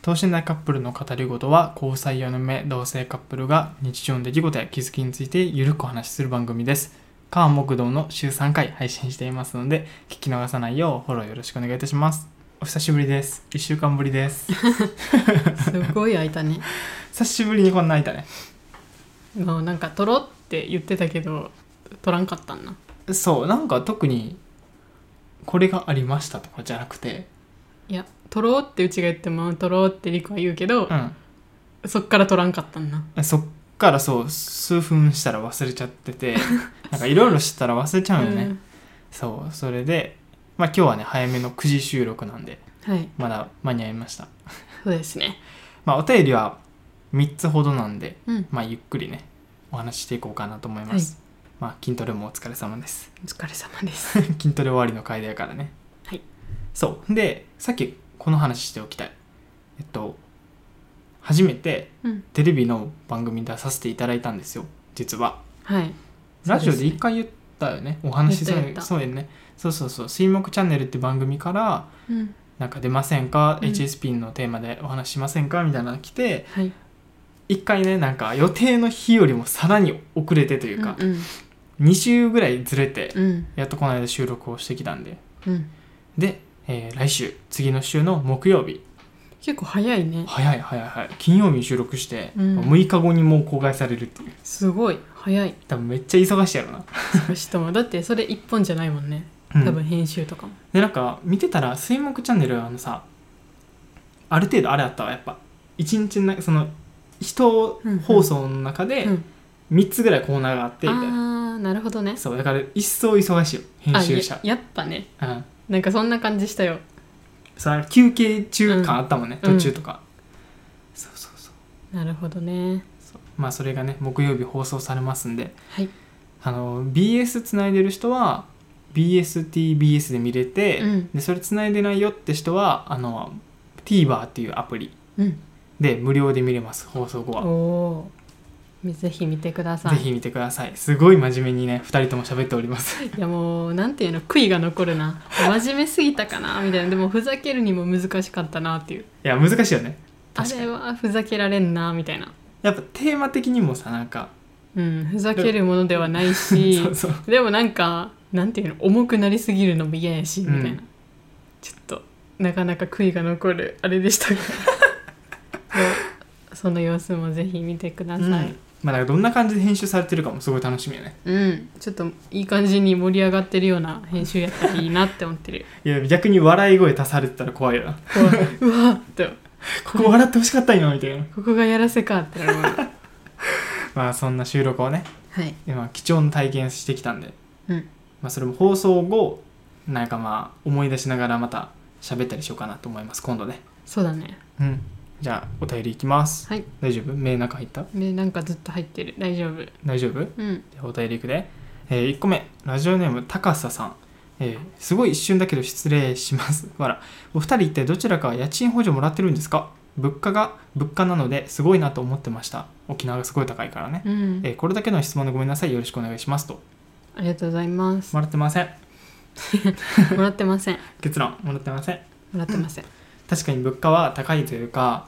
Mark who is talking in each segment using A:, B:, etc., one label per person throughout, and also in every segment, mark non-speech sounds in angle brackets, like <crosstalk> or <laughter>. A: 等身大カップルの語り事は交際4年目同性カップルが日常の出来事や気づきについてゆるくお話しする番組ですカーン木道の週3回配信していますので聞き逃さないようフォローよろしくお願いいたしますお久しぶりです1週間ぶりです
B: すごい開いたね
A: 久しぶりにこんな空いたね
B: もうなんか取ろうって言ってたけど取らんかったんな
A: そうなんか特にこれがありましたとかじゃなくて
B: いや取ろうってうちが言っても取ろうってリクは言うけど、
A: う
B: そっから取らんかったんなん
A: そっからそう数分したら忘れちゃって <laughs> てなんかいろいろしたら忘れちゃうよね、そうそれでまあ今日はね早めの9時収録なんで
B: うんはい
A: まだ間に合いました
B: そうですね
A: まあお便りは3つほどなんで
B: うん
A: まあゆっくりねお話ししていこうかなと思います、まあ筋トレもお疲れ様です <laughs>
B: お疲れ様です
A: 筋トレ終わりの回だからね
B: はい
A: そうでさっきこの話しておきたいえっと初めて
B: うん
A: テレビの番組に出させていただいたんですよ実は
B: はい
A: ラジオで
B: そうすね
A: 一回言ったよねお話しさ
B: 言っ
A: れ
B: た
A: そうやねそうそうそう「水木チャンネル」って番組から
B: うん
A: なんか出ませんか、
B: うん
A: HSP のテーマでお話ししませんかみたいなのが来て
B: はい
A: 一回ねなんか予定の日よりもさらに遅れてというか、
B: うん
A: 2週ぐらいずれて
B: うん
A: やっとこの間収録をしてきたんで
B: うん
A: で、えー来週次の週の木曜日
B: 結構早いね
A: 早い早い早い金曜日に収録して、
B: うん
A: 6日後にもう公開されるっていう
B: すごい早い
A: 多分めっちゃ忙しいやろな、
B: 少しともだってそれ一本じゃないもんね
A: うん
B: 多分編集とかも、
A: でなんか見てたら「水木チャンネル」あのさある程度あれあったわやっぱ一日の中その人
B: うんうん
A: 放送の中で
B: うん
A: 3つぐらいコーナーがあってみたいな、
B: ああなるほどね
A: そうだから一層忙しいよ編集者
B: あややっぱね
A: うん
B: なんかそんな感じしたよ
A: さ休憩中感あったもんね、
B: うん
A: 途中とか、そうそうそう
B: なるほどね
A: そうまあそれがね木曜日放送されますんで
B: はい
A: あの BS つないでる人は BSTBS で見れて、
B: うん
A: でそれつないでないよって人はあの TVer っていうアプリ
B: うん
A: で無料で見れます放送後は
B: おおぜひ見てくださ
A: ぜ
B: い
A: ひ見てくださいすごい真面目にね2人とも喋っております
B: いやもうなんていうの悔いが残るな真面目すぎたかなみたいなでもふざけるにも難しかったなっていう
A: いや難しいよね
B: あ
A: 確かに
B: れはふざけられんなみたいな
A: やっぱテーマ的にもさなんか
B: うんふざけるものではないし
A: そうそう
B: でもなんかなんていうの重くなりすぎるのも嫌やしみたいな、
A: うん
B: ちょっとなかなか悔いが残るあれ
A: <laughs>
B: でしたがそうその様子もぜひ見てくだ
A: うん
B: さい、
A: まあ、だからどんな感じで編集されてるかもすごい楽しみよね
B: うんちょっといい感じに盛り上がってるような編集やったらいいなって思ってる
A: いや逆に笑い声足されてたら怖いよな
B: 怖いうわーって
A: ここ笑ってほしかったんよみたいな
B: ここがやらせかってなる <laughs> もんは
A: まあそんな収録をね
B: い
A: 今貴重な体験してきたんで、
B: うん
A: まあ、それも放送後なんかまあ思い出しながらまた喋ったりしようかなと思います今度ね
B: そうだね
A: うんじゃあお便りいきます
B: はい
A: 大丈夫目中入った
B: でなんかずっと入ってる大丈夫
A: 大丈夫
B: うん
A: でお便りいくで、え1個目ラジオネーム高ささん、えーすごい一瞬だけど失礼します <laughs> 笑お二人ってどちらかは家賃補助もらってるんですか物価が物価なのですごいなと思ってました沖縄がすごい高いからね、
B: うん
A: えーこれだけの質問でごめんなさいよろしくお願いしますと
B: ありがとうございます
A: もらってません
B: もらってません
A: 結論もらってません
B: もらってません
A: 確かに物価は高いというか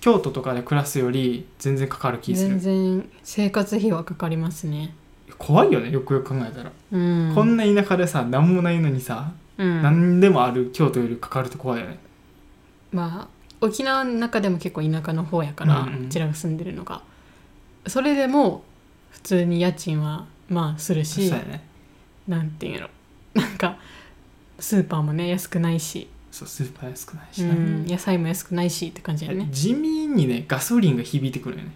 A: 京都とかで暮らすより全然かかる気す
B: 全
A: る
B: 然生活費はかかりますね
A: 怖いよねよくよく考えたら、
B: うん
A: こんな田舎でさ何もないのにさ、
B: うん
A: 何でもある京都よりかかると怖いよね
B: まあ沖縄の中でも結構田舎の方やから、
A: うんうん
B: こちらが住んでるのがそれでも普通に家賃はまあする
A: そう
B: し
A: やね
B: なんていうのなんかスーパーもね安くないし、
A: そうスーパー安くないし
B: う
A: な、
B: ん、野菜も安くないしって感じやね
A: 地味にねガソリンが響いてくるよね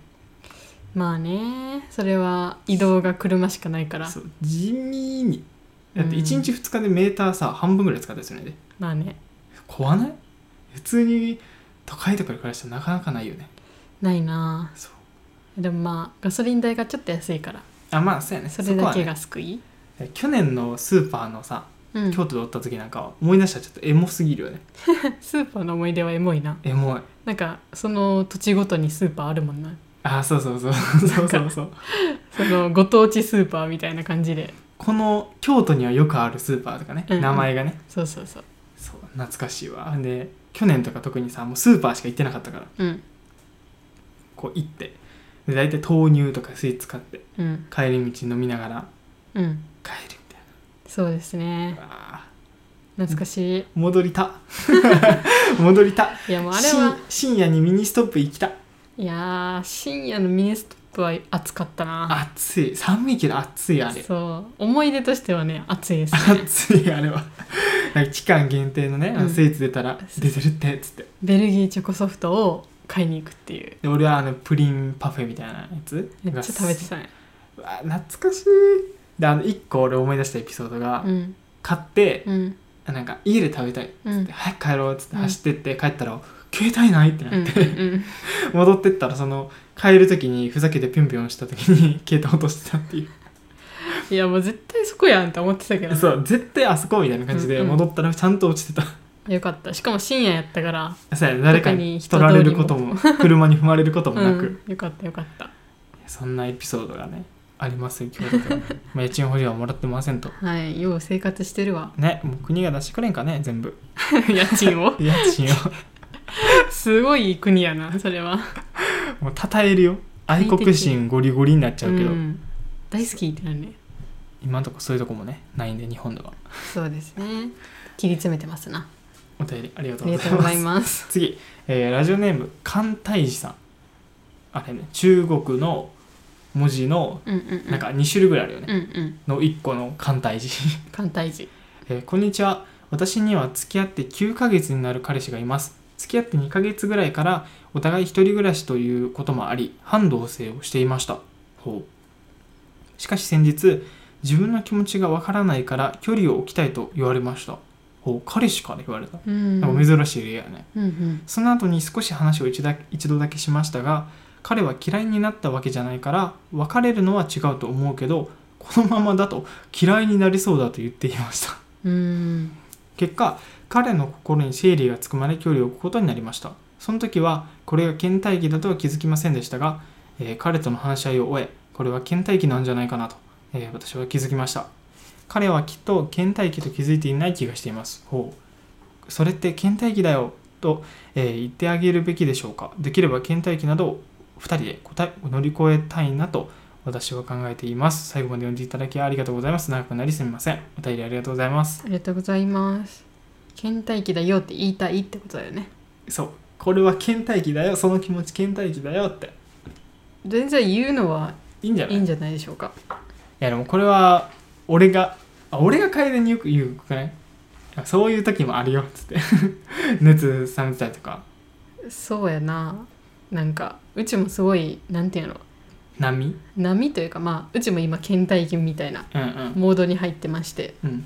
B: まあねそれは移動が車しかないから
A: そう地味にだって
B: うん
A: 1日2日でメーターさ半分ぐらい使ったりするんやで
B: まあね
A: 怖ない普通に都会とかで暮らしたらなかなかないよね
B: ないな
A: そう
B: あでもまあガソリン代がちょっと安いから
A: あまあそうやね
B: それだけ
A: こは
B: が救い、
A: ね去年のスーパーのさ
B: うん、
A: 京都でおった時なんかは思い出したらちょっとエモすぎるよね
B: スーパーの思い出はエモいな
A: エモい
B: なんかその土地ごとにスーパーあるもんな
A: あそうそうそうそうそうそう
B: そのご当地スーパーみたいな感じで
A: この京都にはよくあるスーパーとかね、
B: うんうん
A: 名前がね
B: そうそうそう
A: そう懐かしいわで去年とか特にさもうスーパーしか行ってなかったから
B: うん
A: こう行ってで大体豆乳とかスイーツ買って
B: うん
A: 帰り道飲みながら
B: うん
A: 帰るみたい
B: そうですね
A: なあ
B: 懐かしい、
A: ー戻り
B: <laughs>
A: た戻りた
B: いやもうあれ
A: 深
B: は
A: 深夜にミニストップ行きた
B: いやー深夜のミニストップは暑かったな
A: 暑い寒いけど暑いあれ
B: そう思い出としてはね暑いですね
A: 暑いあれはなんか期間限定のね、あの
B: うん
A: スイーツ出たら
B: そう
A: 出てるってっつって
B: ベルギーチョコソフトを買いに行くっていう
A: で俺はあのプリンパフェみたいなやつ
B: めっちゃ食べてたね
A: うわ懐かしいであの1個俺思い出したエピソードが、
B: うん
A: 買って、
B: うん
A: なんか家で食べたいっつって、
B: うん
A: 早く帰ろうっつって
B: うん
A: 走ってって帰ったら、携帯ないってな
B: う
A: っ
B: ん
A: て、
B: うん
A: 戻ってったらその帰る時にふざけてピョンピョンした時に <laughs> 携帯落としてたっていう、
B: いやもう絶対そこやんって思ってたけどね
A: そう絶対あそこみたいな感じで
B: うんうん
A: 戻ったらちゃんと落ちてた、
B: よかったしかも深夜やったから
A: <laughs> そうや誰かに取られることも <laughs> 車に踏まれることもなく、
B: うん、よかったよかった
A: そんなエピソードがねありますよ今日とか <laughs> まあ家賃補助はもらってませんと
B: はいよう生活してるわ
A: ねもう国が出してくれんかね全部
B: <laughs> 家賃を
A: 家
B: <laughs>
A: 賃を
B: すごい国やなそれは
A: もう称えるよ愛国心ゴリゴリになっちゃうけど、
B: ん、大好きってなるね
A: 今んとこそういうとこもねないんで日本では
B: そうですね切り詰めてますな
A: お便りありがと
B: あ
A: う
B: り
A: ござい
B: がと
A: う
B: ご
A: ま
B: ざ
A: す
B: い <laughs> ます
A: 次、えーラジオネーム艦太寺さんあれね中国の文字の
B: うんうんうん
A: なんか2種類ぐらいあるよね、
B: うんうん
A: の1個の艦太寺
B: 簡体字
A: <laughs> えーこんにちは私には付き合って9ヶ月になる彼氏がいます付き合って2ヶ月ぐらいからお互い一人暮らしということもあり半同棲をしていましたほうしかし先日自分の気持ちがわからないから距離を置きたいと言われましたほう彼氏から言われた
B: うん
A: なんか珍しい例やね、
B: うんうん
A: その後に少し話を一だ一度だけしましたが彼は嫌いになったわけじゃないから別れるのは違うと思うけどこのままだと嫌いになりそうだと言っていました
B: うん
A: 結果彼の心に生理がつくまで距離を置くことになりましたその時はこれが倦怠期だとは気づきませんでしたが、えー彼との話し合いを終えこれは倦怠期なんじゃないかなと、えー私は気づきました彼はきっと倦怠期と気づいていない気がしていますほうそれって倦怠期だよと、えー言ってあげるべきでしょうかできれば倦怠期などを2人で答え乗り越えたいなと私は考えています最後まで読んでいただきありがとうございます長くなりすみませんお便りありがとうございます
B: ありがとうございます倦怠期だよって言いたいってことだよね
A: そうこれは倦怠期だよその気持ち倦怠期だよって
B: 全然言うのはい
A: いんじゃない
B: い
A: い
B: いんじゃないでしょうか
A: やでもこれは俺があ俺が楓によく言うくないあそういう時もあるよっつって <laughs> 熱冷めてたりとか
B: そうやななんかうちもすごいなんていうの
A: 波
B: 波というかまあうちも今倦怠期みたいな
A: うんうん
B: モードに入ってまして、
A: うん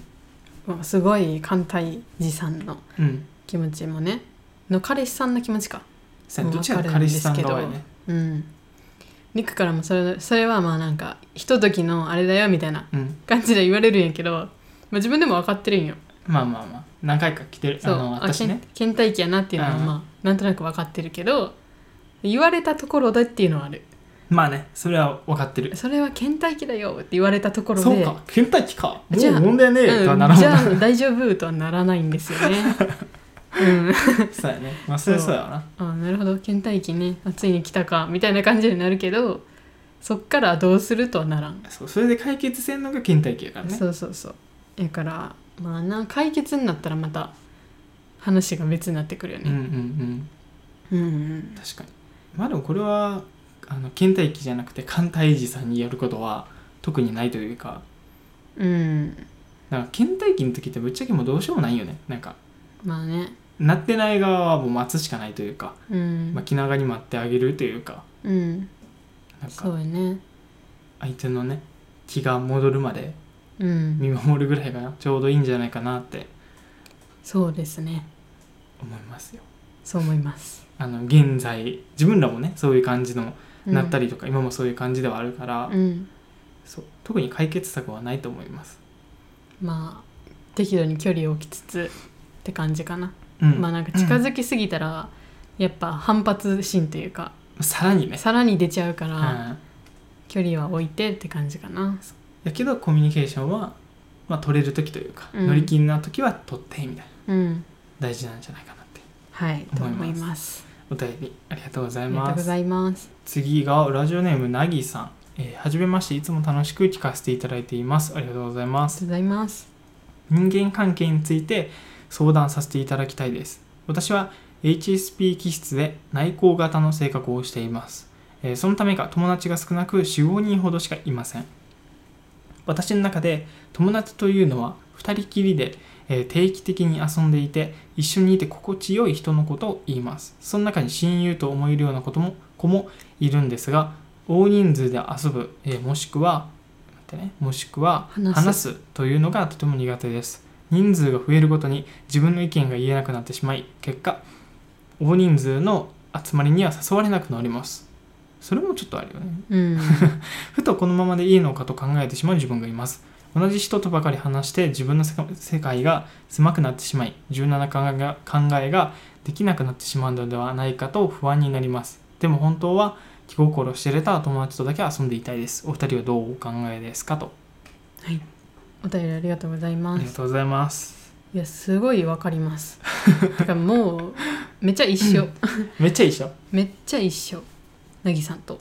B: まあ、すごい艦隊児さんの
A: うん
B: 気持ちもねの彼氏さんの気持ちか
A: そうやね
B: も
A: ど
B: う
A: っちかって
B: わかる
A: 彼
B: んで
A: 氏
B: す
A: さん
B: けど
A: 側やね
B: うんリクからもそれそれはまあなんかひとときのあれだよみたいな
A: うん
B: 感じで言われるんやけど、まあ、自分でも分かってるんよ
A: まあまあまあ何回か来てるあ
B: そう
A: の私ね
B: けん倦怠期やなっていうのは
A: うん
B: まあなんとなく分かってるけど言われたところでっていうのはある
A: まあねそれは分かってる
B: それは倦怠期だよって言われたところで
A: そうか倦怠期かも
B: じゃ
A: う
B: あ
A: 問題ねえとはなら
B: うんん、じ
A: もん
B: ゃ
A: な
B: あ大丈夫とはならないんで
A: <laughs>
B: すよね。うん、
A: そうやねまあそれはそうやわな
B: あなるほど倦怠期ねあついに来たかみたいな感じになるけどそっからどうするとはならん、
A: そうそれで解決せんのが倦怠期やからね
B: そうそうそうだからまあな解決になったらまた話が別になってくるよ
A: うんうんう
B: ね
A: ん
B: うん、うん、
A: 確かにまあでもこれはあの倦怠期じゃなくて艦隊児さんにやることは特にないというか
B: うん
A: なんか倦怠期の時ってぶっちゃけもうどうしようもないよねなんか
B: まあね
A: なってない側はもう待つしかないというか、
B: うん、
A: まあ、気長に待ってあげるというか
B: うん
A: なん
B: そ
A: か
B: うやね
A: 相手のね気が戻るまで
B: うん
A: 見守るぐらいがちょうどいいんじゃないかなって
B: そうですね
A: 思いますよ
B: そう思います、
A: あの現在自分らもねそういう感じの
B: うん
A: なったりとか、今もそういう感じではあるから、
B: うん
A: そう特に解決策はないと思います、
B: まあ適度に距離を置きつつって感じかな
A: うん
B: まあなんか近づきすぎたら、やっぱ反発心というか
A: さらにね、
B: さらに出ちゃうから、
A: うん
B: 距離は置いてって感じかな
A: やけどコミュニケーションは、まあ、取れる時というか、
B: うん
A: 乗り気な時は取ってみたいな
B: うん
A: 大事なんじゃないかなって
B: はいと思います
A: お便りありがとうござ
B: あ
A: い
B: りがとう
A: ま
B: ご
A: す
B: ざいます
A: 次がラジオネームなぎさんえーはじめましていつも楽しく聞かせていただいていますありがとうございま
B: ありが
A: す
B: とうございます
A: 人間関係について相談させていただきたいです私は HSP 気質で内向型の性格をしています、えーそのためか友達が少なく45人ほどしかいません私の中で友達というのは2人きりで、えー定期的に遊んでいて一緒にいて心地よい人のことを言いますその中に親友と思えるようなことも子もいるんですが大人数で遊ぶ、えーもしくは待ってねもしくは
B: 話す
A: 話すというのがとても苦手です人数が増えるごとに自分の意見が言えなくなってしまい結果大人数の集まりには誘われなくなりますそれもちょっとあるよね
B: うん
A: ふとこのままでいいのかと考えてしまう自分がいます同じ人とばかり話して自分の世界世界が狭くなってしまい柔軟な考えが考えができなくなってしまうのではないかと不安になりますでも本当は気心知れた友達とだけ遊んでいたいですお二人はどうお考えですかと
B: お便りありがとうござい
A: あ
B: ま
A: りが
B: す
A: とうございます
B: いやすごいわかりますてかもうめっちゃ一緒
A: めっちゃいいでしょ
B: めっちゃ一緒なぎさんと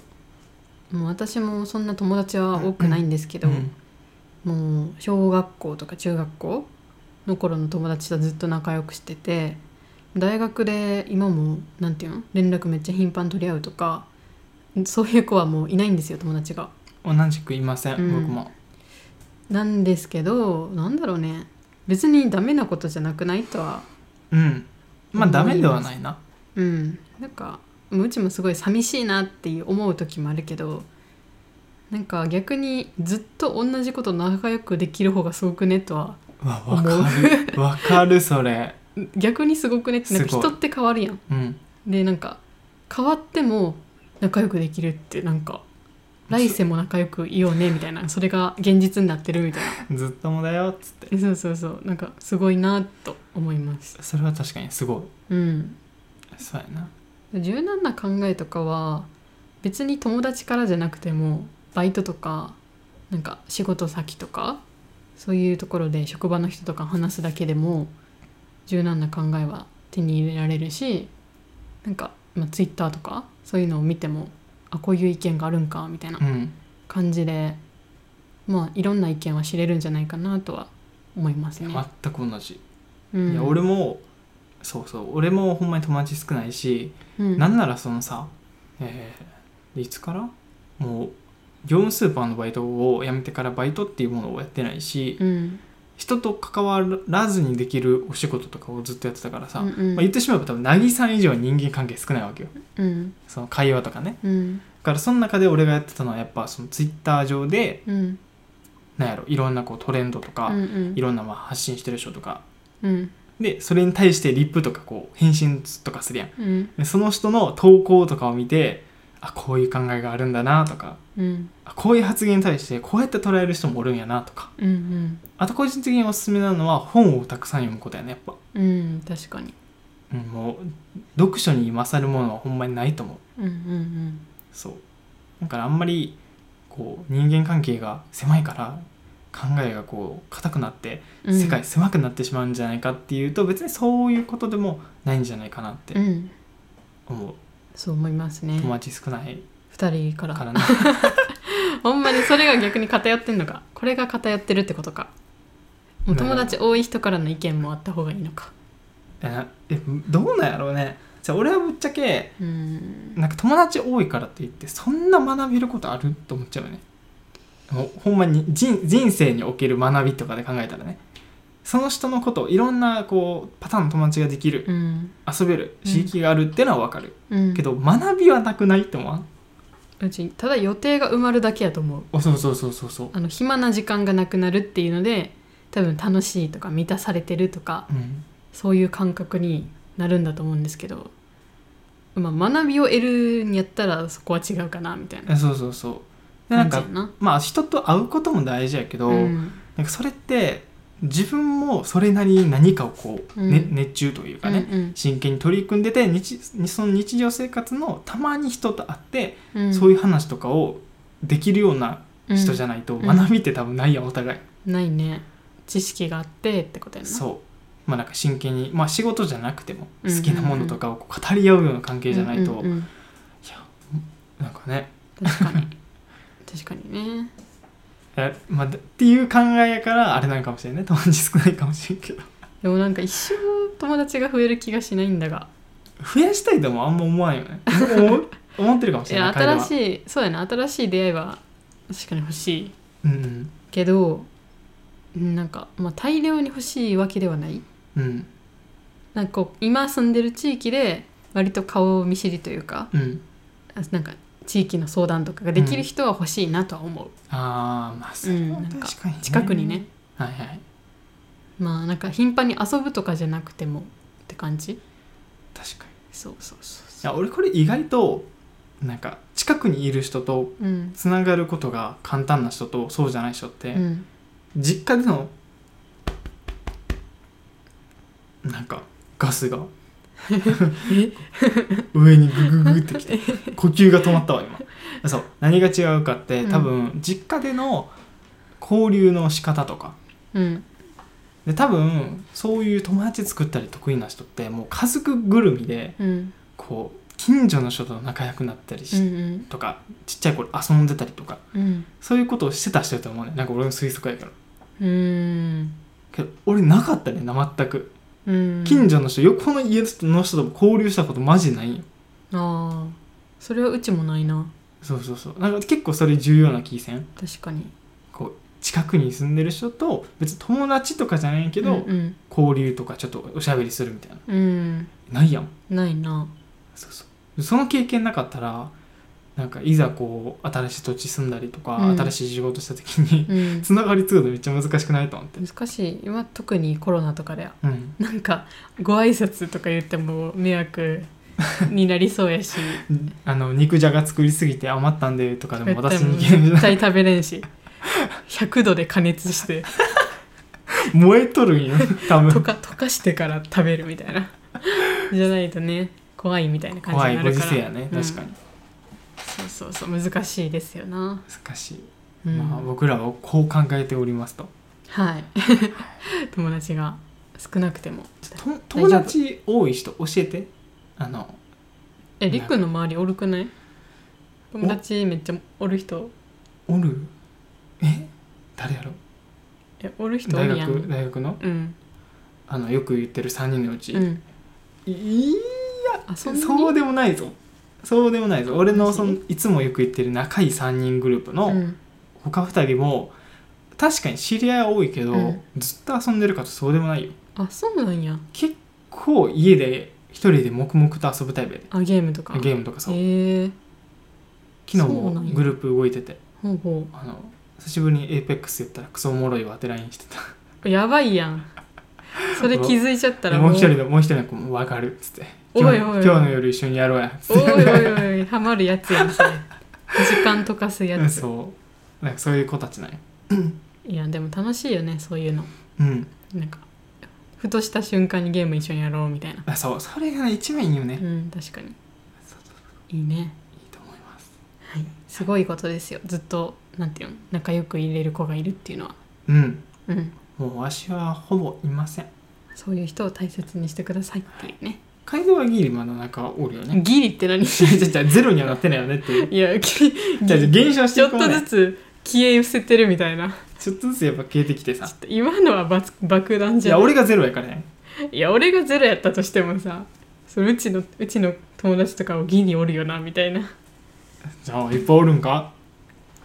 B: もう私もそんな友達は多くないんですけど、
A: うん
B: もう小学校とか中学校の頃の友達とずっと仲良くしてて大学で今もなんていうの連絡めっちゃ頻繁に取り合うとかそういう子はもういないんですよ友達が。
A: 同じくいません、
B: うん
A: 僕も
B: なんですけどなんだろうね別にダメなことじゃなくないとは
A: うんまあダメではないな
B: うんなんかうちもすごい寂しいなっていう思う時もあるけどなんか逆にずっと同じこと仲良くできる方がすごくねとは
A: わわ
B: 思う
A: かるわかるそれ
B: 逆にすごくねってなんか
A: すごい
B: 人って変わるやん
A: うん
B: でなんか変わっても仲良くできるってなんか来世も仲良くいようねみたいなそれが現実になってるみた <laughs> い
A: ずっともだよっつって
B: なそうそうそうなんかすごいなと思います
A: それは確かにすごい
B: うん
A: そうやな
B: 柔軟な考えとかは別に友達からじゃなくてもバイトとかなんか仕事先とかそういうところで職場の人とか話すだけでも柔軟な考えは手に入れられるしなんか、まあ、Twitter とかそういうのを見てもあこういう意見があるんかみたいな
A: うん
B: 感じでまあいろんな意見は知れるんじゃないかなとは思いますね。
A: 全く同じ、
B: うん
A: いや俺もそうそう俺もほんまに友達少ないし、
B: うん
A: なんならそのさ、えーいつからもう業務スーパーのバイトを辞めてからバイトっていうものをやってないし、
B: うん
A: 人と関わらずにできるお仕事とかをずっとやってたからさ、
B: うん
A: ま
B: うん
A: あ、言ってしまえば多分なぎさん以上は人間関係少ないわけよ
B: うん
A: その会話とかね
B: うん
A: だからその中で俺がやってたのはやっぱそのツイッター上で
B: うん
A: なんやろいろんなこうトレンドとか、
B: うん
A: いろんなまあ発信してる人とか
B: うん
A: でそれに対してリップとかこう返信とかするやん
B: うん
A: でその人の投稿とかを見てあこういう考えがあるんだなとか
B: うん
A: あこういう発言に対してこうやって捉える人もおるんやなとか
B: うん
A: あと個人的におすすめなのは本をたくさん読むことやねやっぱ、
B: うんうん確かに
A: うん、もう読書に勝るものはほんまにないと思う
B: うんうん
A: そうだからあんまりこう人間関係が狭いから考えがこう硬くなって
B: うん
A: 世界狭くなってしまうんじゃないかっていうと、別にそういうことでもないんじゃないかなって
B: うん
A: 思う、
B: そう思いますね
A: 友達少ない
B: 二人か
A: かららな
B: ほんまにそれが逆に偏ってんのかこれが偏ってるってことかもう友達多い人からの意見もあった方がいいのか
A: えなえどうなんやろうねじゃあ俺はぶっちゃけ
B: うん
A: なんか友達多いからって言ってそんな学べることあると思っちゃうよねもうほんまに人人生における学びとかで考えたらねその人のこといろんなこうパターンの友達ができる
B: うん
A: 遊べる刺激があるってのは分かる、
B: うん
A: けど学びはなくないって思わん
B: うちただ予定が埋まるだけやと思う
A: あそうそうそうそうそう
B: あの暇な時間がなくなるっていうので多分楽しいとか満たされてるとか
A: うん
B: そういう感覚になるんだと思うんですけど、まあ、学びを得るんやったらそこは違うかなみたいな
A: えそうそうそうでなん
B: 感じ
A: か
B: やな。
A: まあ人と会うことも大事やけど、
B: うん
A: なんかそれって自分もそれなりに何かをこう、ね
B: うん
A: 熱中というかね、
B: うん
A: 真剣に取り組んでて日その日常生活のたまに人と会って、
B: うんうん、
A: そういう話とかをできるような人じゃないと、
B: うん
A: 学びって多分ないやんお互い、
B: ないね知識があってってことやな
A: そうまあ、なんか真剣に、まあ、仕事じゃなくても
B: うんうんうん
A: 好きなものとかをこう語り合うような関係じゃないと、
B: うんうんうん
A: なんかね
B: 確かに <laughs> 確かにね
A: え、まあ、でっていう考えやからあれなのかもしれないね友達少ないかもしれんけど <laughs>
B: でもなんか一生友達が増える気がしないん
A: <laughs>
B: だが
A: 増やしたいともあんま思わんよね思
B: <laughs>
A: う思ってるかもし
B: い
A: れな
B: や
A: い彼ら
B: 新
A: は
B: しいそうやな新しい出会いは確かに欲しい
A: うん
B: けどうんなんか、まあ、大量に欲しいわけではない
A: うん
B: なんかこう今住んでる地域で割と顔見知りというか
A: うん
B: あなんか地域の相談とかができる人は欲しいなとは思う、
A: ああまあそれは
B: うんなんか
A: 確かに、ね
B: 近くにね
A: はいはい
B: まあなんか頻繁に遊ぶとかじゃなくてもって感じ
A: 確かに
B: そうそうそう
A: い
B: そ
A: や俺これ意外となんか近くにいる人と
B: ううん
A: つながることが簡単な人とそうじゃない人って、
B: うん
A: 実家でのなんかガスが上にググググってきて呼吸が止まったわ今そう何が違うかって多分実家での交流の仕方とか
B: うん
A: で多分そういう友達作ったり得意な人ってもう家族ぐるみで
B: うん
A: こう近所の人と仲良くなったり
B: う
A: し、
B: ん
A: とかちっちゃい頃遊んでたりとか
B: うん
A: そういうことをしてた人だと思うねなんか俺の推測やから
B: うん
A: けど俺なかったねな全く
B: うん
A: 近所の人横の家の人とも交流したことマジないよ
B: ああそれはうちもないな
A: そうそうそうなんか結構それ重要な気せん
B: 確かに
A: こう近くに住んでる人と別に友達とかじゃないけど、
B: うん
A: 交流とかちょっとおしゃべりするみたいな
B: うん、うん、
A: ないやん
B: ないな
A: そうそうその経験なかったらなんかいざこう新しい土地住んだりとか、
B: うん
A: 新しい仕事した時に <laughs>
B: うん
A: つながりつうのめっちゃ難しくないと思って
B: 難しい今特にコロナとかで
A: うん
B: なんかご挨拶とか言っても迷惑になりそうやし
A: あの肉じゃが作りすぎて余ったんでとか <laughs> でも
B: 絶対
A: 私
B: もう
A: に言え
B: 絶
A: ない
B: 対食べれんし100度で加熱して
A: 燃えとるんよ多
B: と
A: 分
B: か溶かしてから食べるみたいなじゃないとね怖いみたいな感じ
A: 怖
B: に
A: い
B: な
A: ご
B: る
A: 時
B: から
A: 世やね
B: うん
A: 確かに、
B: そうそうそう難しいですよな、
A: 難しい、
B: うん
A: まあ僕らはこう考えておりますと
B: はい <laughs> 友達が少なくても
A: と友達多い人教えてあの
B: えりっくんの周りおるくない友達めっちゃおる人
A: おるえ誰やろ
B: えおる人お
A: 大
B: るや
A: 学
B: ん
A: 大学の
B: うん
A: あのよく言ってる3人のうち、
B: うん
A: いい
B: あそんなに
A: そうでもないぞそうでもないぞ俺の
B: マジ
A: そのいつもよく言ってる仲いい3人グループ
B: う
A: の
B: ん
A: 他2人も確かに知り合いは多いけど、
B: うん
A: ずっと遊んでるかとそうでもないよ
B: あそうなんや
A: 結構家で一人で黙々と遊ぶタイプやで
B: あゲームとか
A: ゲームとかそう
B: へえ
A: 昨日
B: そう
A: も
B: なんや
A: グループ動いてて
B: ほうほ
A: あの久しぶりに APEX やったらクソおもろいわって LINE してた
B: うやばいやんそれ気づいちゃったら
A: もう一人
B: おい
A: のもう一人の子も分かるっつって
B: おい
A: 今
B: お
A: 日
B: い
A: 今日の夜一緒にやろうやつっ
B: おい
A: て
B: おいハマるやつやんそれ時間溶かすやつ
A: そうなんかそういう子たちなんや
B: いやでも楽しいよねそういうの
A: うん
B: なんかふとした瞬間にゲーム一緒にやろうみたいな
A: あそうそれがね一番いいよね、
B: う
A: い
B: ん確かにいいね
A: いと思います
B: はいすごいことですよずっとなんていうの仲良く入れる子がいるっていうのは
A: うん
B: うん
A: もうわしはほぼいません
B: そういう人を大切にしてくださいっていうね
A: カイドはギリまだなんかおるよね <laughs>
B: ギリって何
A: じゃじゃゼロにはなってないよねっていう
B: いやギリ
A: じゃじゃ減少し
B: ち
A: て
B: ょ
A: い
B: っ
A: こう、
B: と
A: ね、
B: ずつ消え失せてるみたいな
A: ちょっとずつやっぱ消えてきてさ
B: ちょっと今のは爆爆弾
A: い
B: じゃ
A: や
B: んい
A: 俺がゼロやからね
B: や俺がゼロやったとしてもさそのうちのうちの友達とかをギリおるよなみたいな
A: じゃあいっぱいおるんか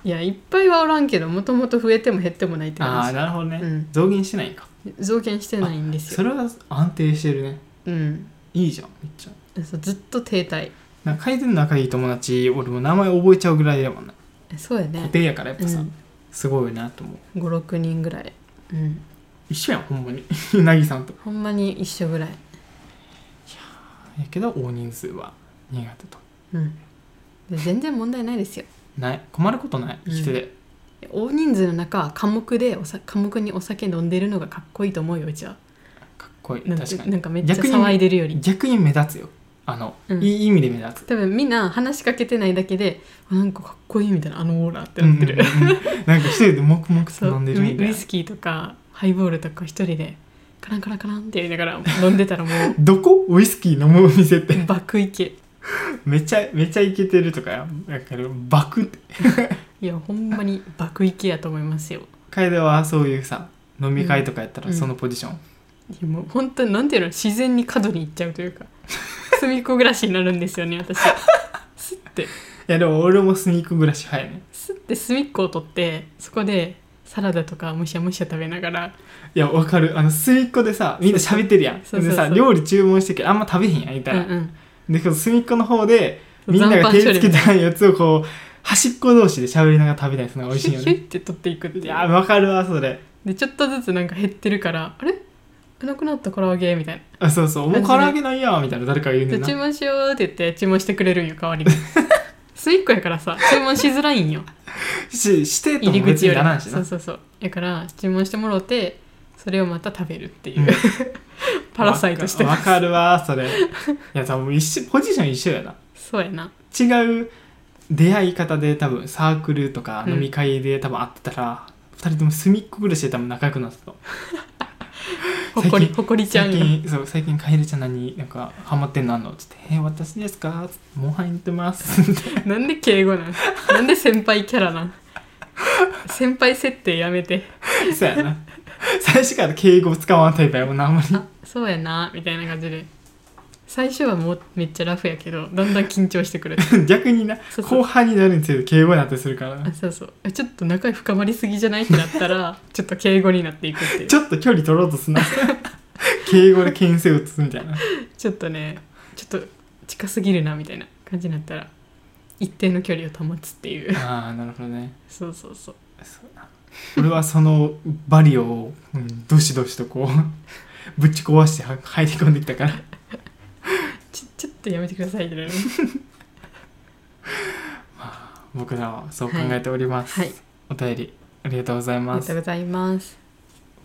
B: いやいっぱいはおらんけどもともと増えても減ってもないって
A: ああ
B: 感
A: なるほどね、
B: うん
A: 増減してないんか
B: じ増減してないんです
A: そ
B: よ
A: れは安定してるね
B: うん
A: いいじゃんめっちゃ
B: そうずっと停滞
A: なんかカイドの仲いい友達俺も名前覚えちゃうぐらいやもんな
B: えそうや
A: 固
B: ね、
A: 定やからやっぱさ、
B: うん
A: すごいなと思う
B: 56人ぐらいうん
A: 一緒やんほんまに <laughs> うなぎさんと
B: ほんまに一緒ぐらい
A: やけど大人数は苦手と
B: うんで全然問題ないですよ
A: ない困ることない
B: うん
A: 生きてて、
B: 大人数の中寡黙でおさ寡黙にお酒飲んでるのがかっこいいと思うようちは
A: かっこいい
B: なん
A: 確か
B: な
A: に
B: んかめっちゃ
A: 逆に
B: 騒いでるより
A: 逆に目立つよあの、
B: うん
A: いい意味で目立つ
B: 多分みんな話しかけてないだけであなんかかっこいいみたいなあのオーラってなってる、
A: うんうんうんなんか一人で黙々
B: そ
A: と
B: う
A: 飲んで
B: ウ
A: るみ
B: イ
A: た
B: ウ
A: い
B: イ
A: な
B: スキーとかハイボールとか一人でカランカランカランってやりながら飲んでたらもう
A: どこウイスキー飲むお店って <laughs>
B: 爆いけ
A: めちゃめちゃイケてるとかだからバクって
B: いやほんまに爆いけやと思いますよ
A: 楓はそういうさ飲み会とかやった
B: う
A: ら
B: ん
A: そのポジション、
B: いやもう本当になんていうの自然に角に行っちゃうというか隅っこ暮らしになるんですよね私すって
A: いやでも俺もスニーク暮らし早いね
B: すって隅っこを取ってそこでサラダとかむしゃむしゃ食べながら
A: いやわかるあの隅っこでさみんな喋ってるやん
B: そうそう
A: でさ
B: そう
A: 料理注文してるけどあんま食べへんやんみたいな、
B: うん
A: でこの隅っこの方で
B: うん
A: みんなが手
B: 残飯処
A: つ
B: 理
A: けたやつをこう端っこ同士で喋りながら食べたりするのが美味しいよ
B: ヒュイ <laughs>
A: ね
B: ヒュイって取っていくってい
A: いうやわかるわそれ
B: でちょっとずつなんか減ってるからあれなくなった唐揚げみたいな
A: あそうそうもう唐揚げないやんみたいな誰かが言う
B: じ
A: ねん
B: ゃあ
A: な
B: 注文しようって言って注文してくれるんよ代
A: <laughs>
B: わりにスイッコやからさ注文しづらいんよ
A: ししてと
B: 入
A: も
B: り
A: 別
B: 口
A: に
B: より
A: ならんし
B: そ
A: な
B: うそうそうやから注文してもろてそれをまた食べるっていう、
A: うん
B: パラサイトして
A: わ
B: ま
A: か
B: す
A: わかるわ
B: <laughs>
A: それいや多分一緒ポジション一緒やな
B: そうやな
A: 違う出会い方で多分サークルとか
B: うん
A: 飲み会で多分会ってたら、二人とも隅っこ暮らしで多分仲良くなってた
B: ほこ
A: 最
B: り
A: 近
B: ほこりちゃ
A: 最
B: んよ
A: 近そう最近カエルちゃん何なんかハマってんのあんの?」っつって「え私ですか?」っつって「モンハン行って
B: <laughs>
A: ます」
B: なんで敬語なんなんで先輩キャラなん先輩設定やめて
A: そうやな最初から敬語使わんタイプやもんなあんまり
B: あそうやなみたいな感じで最初はもうめっちゃラフやけどだんだん緊張してくる
A: 逆にな
B: そうそう
A: 後半になるにつれて敬語になってするからな
B: あそうそうえちょっと仲深まりすぎじゃないってなっ
A: <laughs>
B: たらちょっと敬語になっていくっていう
A: ちょっと距離取ろうと
B: <laughs>
A: すな敬語で牽制打つみたいな
B: ちょっとねちょっと近すぎるなみたいな感じになったら一定の距離を保つっていう
A: ああなるほどね
B: そうそうそう
A: 俺はそのバリを、うん、どしどしとこうぶち壊しては入り込んできたから
B: ちょちょっとやめてくださいってなる
A: 僕らはそう考えております、
B: はい
A: お便りありがとうござい
B: あり
A: ま
B: がと
A: す
B: うございます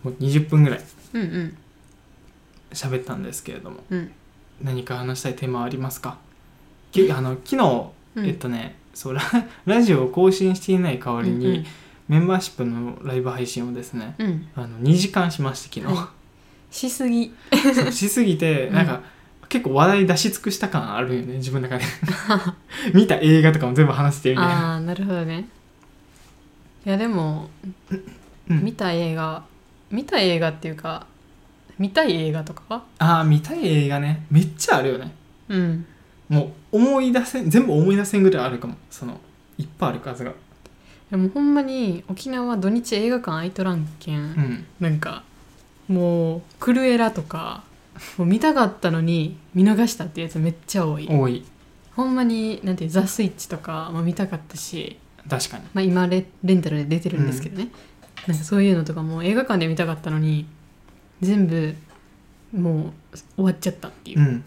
A: もう20分ぐらい
B: うんうん
A: 喋ったんですけれども、
B: うん
A: 何か話したいテーマはありますかきあの昨日、
B: うん
A: えっとねそうラ <laughs> ラジオを更新していない代わりに、メンバーシップのライブ配信をですね
B: うんうん、うん
A: あの2時間しまして昨日、
B: はしすぎ
A: <laughs> そうしすぎて
B: うん
A: なんか、結構話題出し尽くした感あるよね自分の中
B: <laughs>
A: で見た映画とかも全部話してるみたいな
B: ああなるほどねいやでも、
A: うん
B: 見た映画見た映画っていうか見たい映画とか
A: あー見たい映画ねめっちゃあるよね
B: うん
A: もう思い出せん全部思い出せんぐらいあるかもそのいっぱいある数が
B: でもほんまに沖縄土日映画館空いとらんけん、
A: うん
B: なんかもうクルエラとかもう見たかったのに見逃したっていうやつめっちゃ多い
A: 多い
B: ほんまになんていうザ・スイッチとかも見たかったし、
A: 確かに
B: まあ、今レレンタルで出てるんですけどね、なんかそういうのとかも映画館で見たかったのに全部もう終わっちゃったっていう、
A: うん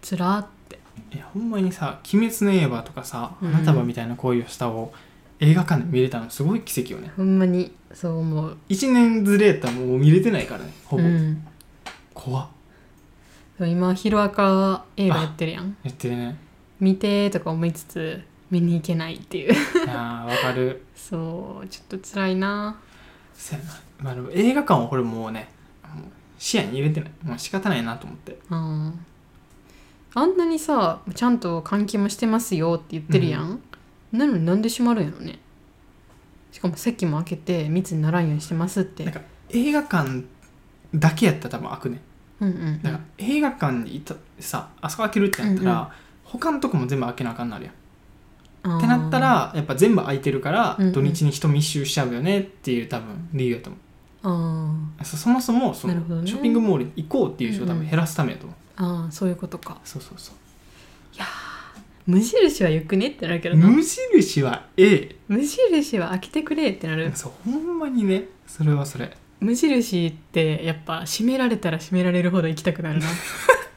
B: つらーって
A: いやほんまにさ「鬼滅の刃」とかさ「
B: うん
A: 花束みたいな恋をした」を映画館で見れたのすごい奇跡よね
B: ほんまにそう思う、
A: 1年ずれたらもう見れてないからねほ
B: う
A: ぼ、
B: ん、
A: 怖っ
B: でも今ヒロアカ映画やってるやん
A: 言ってるね
B: 見てーとか思いつつ見に行けないっていう <laughs>
A: いやーわかる
B: そうちょっとつらいな
A: そうやな、まあ、でも映画館はこれもうねもう視野に入れてないもう仕方ないなと思って
B: うんあんなにさちゃんと換気もしてますよって言ってるやん、なのになんで閉まるんやろねしかも席も開けて密にならんようにしてますって
A: なんか映画館だけやったら多分開くね
B: うんうん
A: だから映画館にいたさあそこ開けるってなったら、
B: うんう
A: 他のとこも全部開けなあかんなるやん
B: っ
A: ってなったらやっぱ全部空いてるから
B: うんうん
A: 土日に人密集しちゃうよねっていう多分理由やと思う
B: あー
A: そそもそもその
B: なるほどね
A: ショッピングモールに行こうっていう人を多
B: うんう
A: 分
B: ん
A: 減らすためやと思う、
B: あーそういうことか
A: そうそうそう
B: 無印はよくねってなるけどな
A: 無印は A
B: 無印は開けてくれってなる
A: そうほんまにねそれはそれ
B: 無印ってやっぱ閉められたら閉められるほど行きたくなる
A: <laughs>
B: な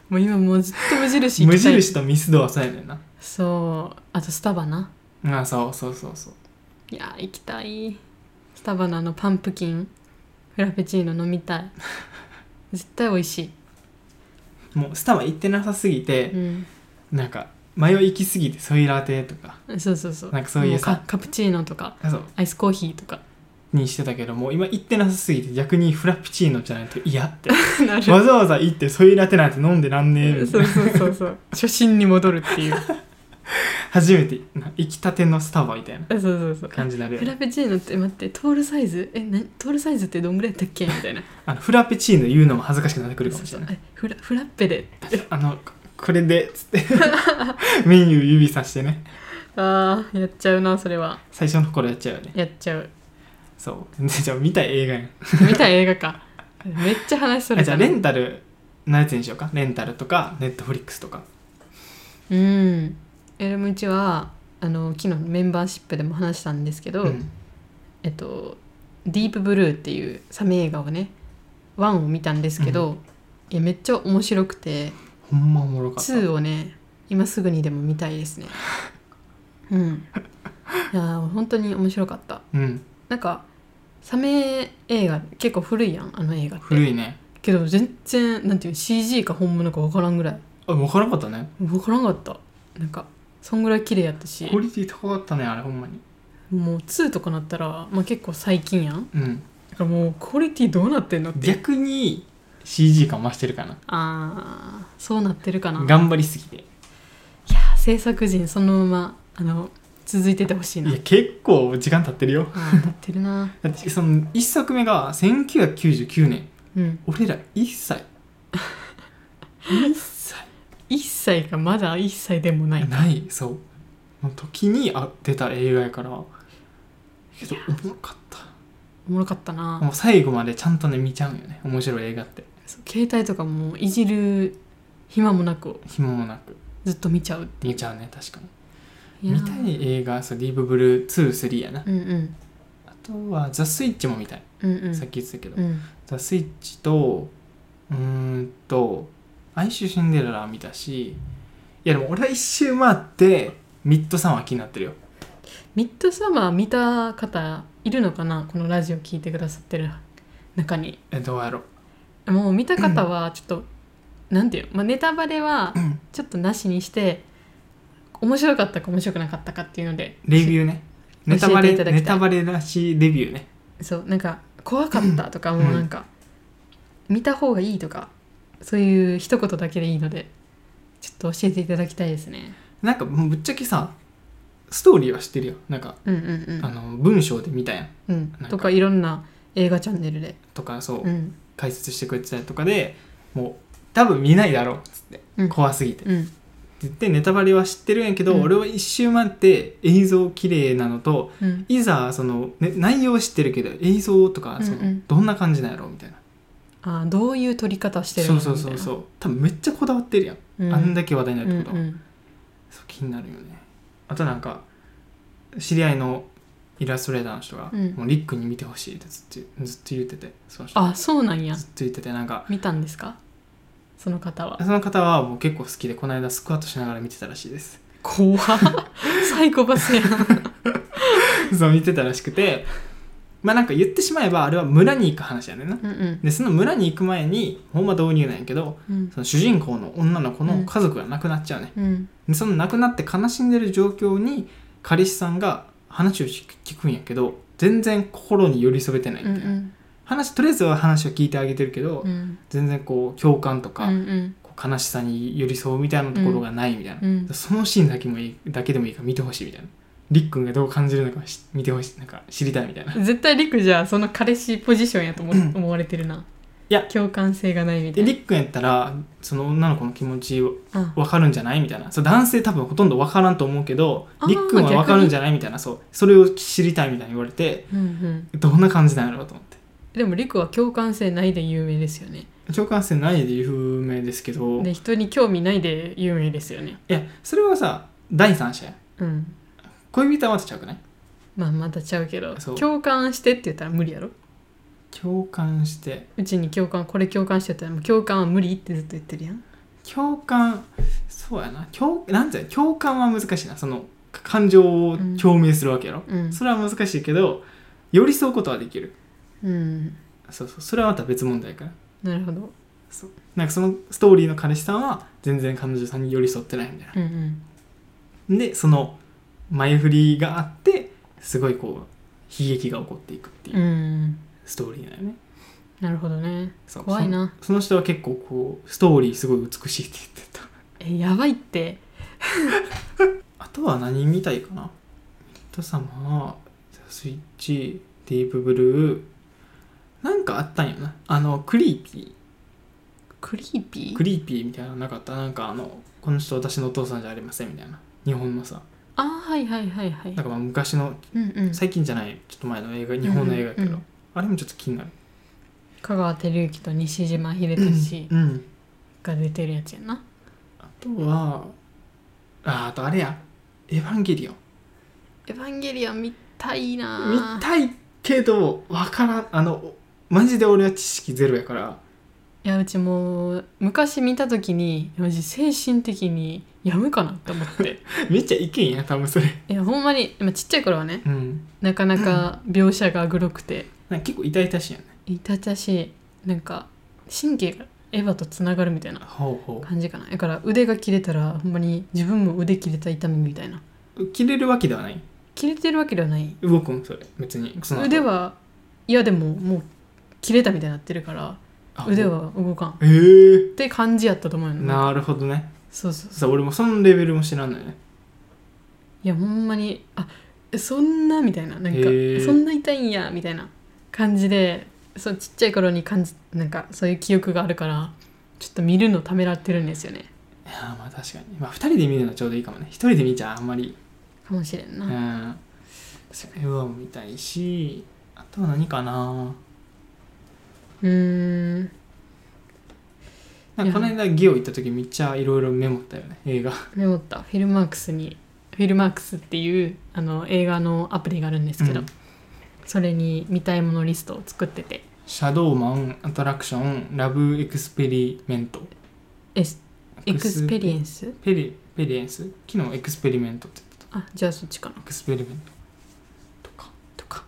B: もう今もうずっと無印行
A: 無
B: きたい
A: 印とミスドはそうやねんな
B: そうあとスタバな
A: あそうそうそうそう
B: いやー行きたいスタバのあのパンプキンフラペチーノ飲みた <laughs> い絶対美味し
A: もうスタバ行ってなさすぎ
B: い、
A: て
B: う、ん、
A: なんか迷い行きすぎてソイラテとか
B: そうそうそう
A: なんかそういうさ
B: もカカプチーノとか
A: あそう
B: アイスコーヒーとか
A: にしてたけども今行ってなさすぎて逆にフラペチーノじゃないと嫌って
B: な
A: <laughs>
B: る
A: わざわざ行ってソイラテなんて飲んでらんねえみたい
B: <laughs> そ
A: な
B: うそうそうそう初心に戻るっていう
A: 初めてな行きたてのスタバみたいな
B: そうそうそう
A: 感じになるよ
B: フ
A: ね
B: ラペチーノって待ってトールサイズえなトールサイズってどんぐらいだったっけみたいな
A: あのフラペチーノ言うのも恥ずかしくなってくるかもしれない
B: そうそうえフラフラッペで
A: あのこれでつって <laughs> メニュー指さしてね
B: あーやっちゃうなそれは
A: 最初の頃やっちゃうよね
B: やっちゃう
A: そうでじゃあ見たい映画やん
B: 見た映画かめっちゃ話それ
A: あじゃあ
B: たな
A: レンタルのやつにしようかレンタルとかネットフリックスとか
B: うんえでもうちはあの昨日メンバーシップでも話したんですけど、
A: うん
B: えっと「ディープブルー」っていうサメ映画をね1を見たんですけど、いやめっちゃ面白くて
A: ほんまおもろかった
B: 2をね今すぐにでも見たい
A: <laughs>
B: ですねうんいやー本当に面白かった
A: うん
B: なんかサメ映画結構古いやんあの映画って
A: 古いね
B: けど全然なんていう CG か本物か分からんぐらい
A: あ分からなかったね
B: 分からんかったなんかそんぐらい綺麗やったし
A: クオリティ高かったねあれほんまに
B: もう2とかなったら、まあ、結構最近やん
A: うん
B: だからもうクオリティどうなってんのって
A: 逆に CG 感増してるかな
B: あーそうなってるかないや
A: 頑張りすぎて
B: 制作陣そのままあの続いててほしいない
A: や結構時間経ってるよ
B: あーなってるな
A: だってその1作目が1999年
B: うん
A: 俺ら1歳1歳
B: 1歳かまだ1歳でもない
A: ないそうの時にあ出た映画やからけどおもろかった
B: おもろかったな、
A: もう最後までちゃんとね見ちゃうんよね面白い映画って
B: そう携帯とかもいじる暇もなく
A: 暇もなく
B: ずっと見ちゃうってい
A: 見
B: う
A: ちゃうね確か
B: い
A: に
B: や
A: 見
B: ー
A: たい映画そうディープブルー23やな
B: うんうん
A: あとはザ・スイッチも見たい、
B: うんうん
A: さっき言ってたけど、
B: うん
A: ザ・スイッチとうーんと「哀愁シンデレラ」見たしいやでも俺は一周回ってミッドサマー気になってるよ
B: ミッドサマー見た方いるのかなこのラジオ聞いてくださってる中に
A: えどうやろう
B: もう見た方はちょっと、なんていうの、まあ、ネタバレは
A: ん
B: ちょっとなしにして、面白かったか面白くなかったかっていうので
A: レビューねネタバ
B: 教え
A: レ
B: ていただきたい
A: ネタバレらしいレビューね
B: そうなんか怖かったとかもうなんか、見た方がいいとかそういう一言だけでいいのでちょっと教えていただきたいですね
A: なんかもうぶっちゃけさストーリーは知ってるよなんか、
B: うんうん
A: あの文章で見たやん
B: うんうん
A: なんか
B: とかいろんな映画チャンネルで
A: とかそう、
B: うん
A: 解説してくれてたりとかでもう多分見ないだろうっつって、
B: うん
A: 怖すぎて
B: うん
A: って言ってネタバレは知ってるんやけど、
B: うん
A: 俺は一周回って映像綺麗なのと
B: うん
A: いざその、ね、内容は知ってるけど映像とかその、
B: うんうん
A: どんな感じなんやろうみたいな
B: あーどういう撮り方してる
A: そ
B: の
A: うそうそう
B: う、
A: そう多分めっちゃこだわってるやん、
B: うん、
A: あんだけ話題に
B: う
A: なるって
B: ん
A: こと
B: う
A: は、
B: ん
A: そう気になるよねあとなんか知り合いのイラストレーターの人が、
B: うん
A: もうリックに見てほしいってずっとずっと言っててその人
B: あそうなんや
A: ずっと言っててなんか
B: 見たんですかその方は
A: その方はもう結構好きでこの間スクワットしながら見てたらしいです <laughs>
B: <laughs> 怖っサイコパスやん
A: そう見てたらしくてまあなんか言ってしまえばあれは村に行く話やねんな
B: うんうん
A: でその村に行く前にほんま導入なんやけど
B: うん
A: その主人公の女の子の家族が亡くなっちゃうね、
B: うん
A: でその亡くなって悲しんでる状況に彼氏さんが話を聞くんやけど全然心に寄り添えてないみたいな、話とりあえずは話を聞いてあげてるけど、
B: うん
A: 全然こう共感とか、
B: うん
A: こう悲しさに寄り添うみたいなところがないみたいな、
B: うん
A: そのシーンだけもいいだけでもいいから見てほしいみたいなりっくんがどう感じるのかし見てほしいなんか知りたいみたいな
B: うん絶対リクじゃその彼氏ポジションやと思思われてるない
A: や
B: 共感性がないみた
A: で
B: いな
A: りっくんやったらその女の子の気持ちを
B: あ
A: わかるんじゃないみたいなそう男性多分ほとんどわからんと思うけど
B: あー
A: りっくんはわかるんじゃないみたいなそうそれを知りたいみたいに言われて
B: うんうん
A: どんな感じなんやろうと思って
B: でもリクは共感性ないで有名ですよね
A: 共感性ないで有名ですけど
B: で
A: い
B: 人に興味ないで有名ですよね
A: やそれはさ第三者や
B: うん
A: 恋人はまたちゃうくない
B: まあまたちゃうけど
A: そう
B: 共感してって言ったら無理やろ
A: 共感して
B: うちに共感これ共感してって言ったらもう共感は無理ってずっと言ってるやん
A: 共感そうやな共なんていうの共感は難しいなその感情を表明するわけやろ、
B: うん
A: それは難しいけど寄り添うことはできる
B: うん
A: そうそうそれはまた別問題やから
B: なるほど
A: なんかそのストーリーの彼氏さんは全然彼女さんに寄り添ってないみたいな
B: うんうん
A: でその前振りがあってすごいこう悲劇が起こっていくっていううんストーリーだよね、
B: なるほどね
A: そう
B: 怖いな
A: そその人は結構こうストーリーすごい美しいって言ってた
B: えやばいって
A: あとは何みたいかなミッドサマースイッチディープブルーなんかあったんよなあのクリーピー
B: クリーピ
A: ク
B: ー
A: リーピーみたいなのなかったなんかあのこの人私のお父さんじゃありませんみたいな日本のさ
B: あーはいはいはいはい
A: なんかまあ昔の
B: うんうん
A: 最近じゃないちょっと前の映画日本の映画やけど、
B: うんうん
A: あれもちょっと気になる
B: 香川照之と西島秀俊
A: うん
B: が出てるやつやな
A: あとはああとあれやエヴァンゲリオン
B: エヴァンゲリオン見たい
A: 見
B: な
A: たいけどわからんあのマジで俺は知識ゼロやから
B: いやうちもう昔見た時にマジ精神的にやむかなって <laughs> 思って
A: めっちゃいけんや多分それ
B: いやほんまにまあちっちゃい頃はね
A: うん
B: なかなか描写がグロくて
A: なんか結構痛々しいよね
B: いたたしなんか神経がエヴァとつながるみたいな
A: ほうほ
B: 感じかなだから腕が切れたらほんまに自分も腕切れた痛みみたいな
A: う切れるわけではない
B: 切れてるわけではない
A: 動くんそれ別にその後
B: 腕はいやでももう切れたみたいになってるから
A: あ
B: 腕は動かんっ
A: ええ
B: て感じやったと思うよね
A: なるほどね
B: そうそうそう
A: さ俺もそのレベルも知らんのよね
B: いやほんまにあそんなみたいななんか
A: へー
B: そんな痛いんやみたいな感じでそうちっちゃい頃に感じなんかそういう記憶があるからちょっと見るのためらってるんですよね
A: いやーまあ確かに、まあ、2人で見るのはちょうどいいかもね1人で見ちゃあんまり
B: かもしれん
A: う
B: な、
A: んそれは見たいしあとは何かな
B: うーん
A: なんかこの間ゲオ行った時めっちゃいろいろメモったよね映画
B: メモったフィルマークスにフィルマークスっていうあの映画のアプリがあるんですけど、
A: うん
B: それに見たいものリストを作ってて
A: 「シャドーマンアトラクションラブエクスペリメント
B: エス」エクスペリエ
A: ン
B: ンス
A: ペリペリエンス昨日エクスペリメントって言って
B: あじゃあそっちかな
A: たエクスペリメントとかとか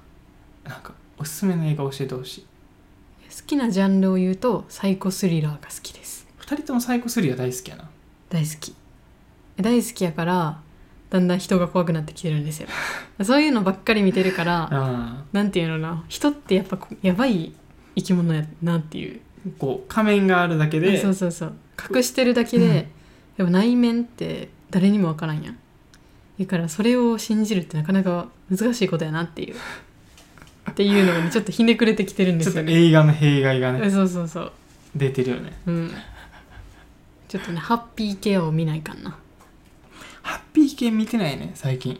A: なんかおすすめの映画教えてほしい
B: 好きなジャンルを言うとサイコスリラーが好きです
A: 2人ともサイコスリア大好きやな
B: 大好き大好きやからだんだん人が怖くなってきてるん <laughs> ですよそういうのばっかり見てるから
A: あ
B: なんていうのかな人ってやっぱこやばい生き物やなっていう
A: ーこう仮面があるだけで
B: そうそうそう隠してるだけで、
A: うん
B: でも内面って誰にもわからんやんだからそれを信じるってなかなか難しいことやなっていうっていうのがねちょっとひねくれてきてるんで
A: ちょっ
B: す
A: と
B: よね
A: 映画の弊害がね
B: そうそうそう
A: 出てるよね
B: うんちょっとねハッピーケアを見ないかんなハ
A: ハッピー系見てないね最近
B: ッ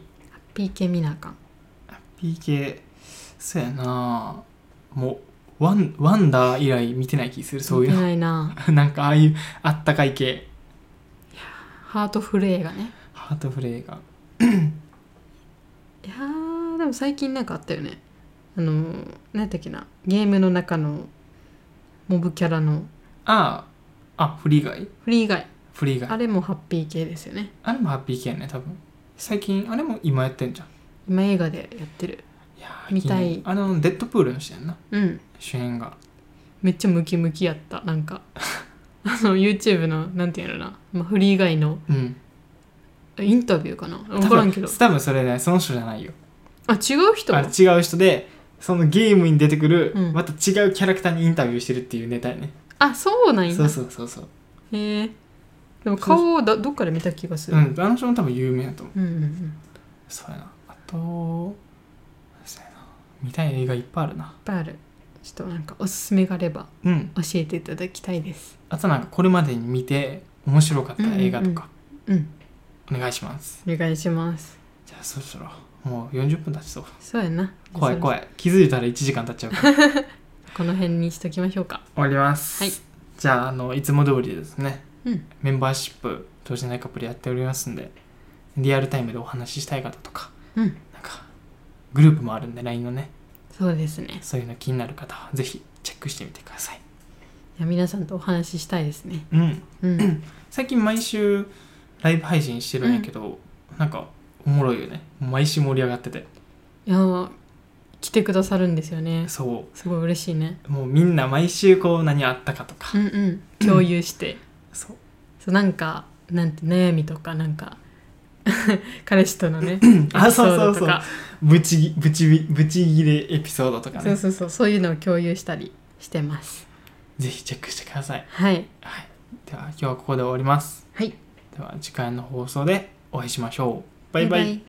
B: ピーケア見なあかん
A: ハッピー系そうやなもうワンワンダー以来見てない気するそういう
B: 見て
A: の
B: ないな
A: <laughs> なんかああいうあったかい系
B: ハートフル映画ね
A: ハートフレーが
B: いやーでも最近なんかあったよねあのー何やったっけなゲームの中のモブキャラの
A: あああフリーガイ
B: フリー以外
A: フリーガ
B: あ
A: イ
B: れもハッピー系ですよね
A: あれもハッピー系やね多分最近あれも今やってんじゃん
B: 今映画でやってる
A: いやー
B: 見たい
A: 気になるあのデッドプールの人やんな
B: うん
A: 主演が
B: めっちゃムキムキやったなんかあの YouTube のなんていうのかな、まあ、フリー以外の
A: うん
B: インタビューかな分
A: 多
B: から
A: 分
B: んけど
A: 多分それねその人じゃないよ
B: あ違う人
A: あれ違う人でそのゲームに出てくる、
B: うん
A: また違うキャラクターにインタビューしてるっていうネタやね
B: あそうなんや
A: そうそうそうそう
B: へえでも顔をどどっかで見た気がす
A: う
B: る、
A: ん、あの人も多分有名だと思う。
B: うんうんうんいっ
A: そうやな。あと、そうやな。見たい映画いっぱいあるな。
B: ぱいあるちょっとなんかおすすめがあれば
A: うん。
B: 教えていただきたいです
A: あとなんかこれまでに見て面白かった映画とか、
B: うん
A: お願いします。
B: お願いします
A: じゃあそろそろ、もう40分経ちそう。
B: そうやな
A: 怖い
B: い
A: 怖い。気づいたら1時間経っちゃう
B: <laughs>
A: から。終
B: この辺にしときましょうか
A: わります。
B: はい。
A: じゃあ、あの、いつも通りですね。
B: うん
A: メンバーシップ、当時ないカップルやっておりますんで、リアルタイムでお話ししたい方とか、
B: うん
A: なんか、グループもあるんで、LINE のね、
B: そうですね
A: そういうの気になる方は、ぜひチェックしてみてください。
B: いや皆さんとお話ししたいですね
A: うん。 <clears throat>
B: うん
A: 最近毎週ライブ配信してるんやけど、なんかおもろいよね毎週盛り上がってて
B: いやー来てくださるんですよね
A: そ
B: すごい嬉しいね
A: うもうみんな毎週こう何あったかとか、
B: うんうん共有して
A: そう
B: そうなんかなんて悩みとかなんか <laughs> 彼氏とのね
A: あそうそうそう
B: エピソードとか
A: ぶちぎぶちぎぶちぎれエピソードとか
B: そう
A: ね
B: そうそうそういうのを共有したりしてます
A: ぜひチェックしてください
B: はい
A: はいでは今日はここで終わります
B: はい
A: では次回の放送でお会いしましょうバイバイ
B: イ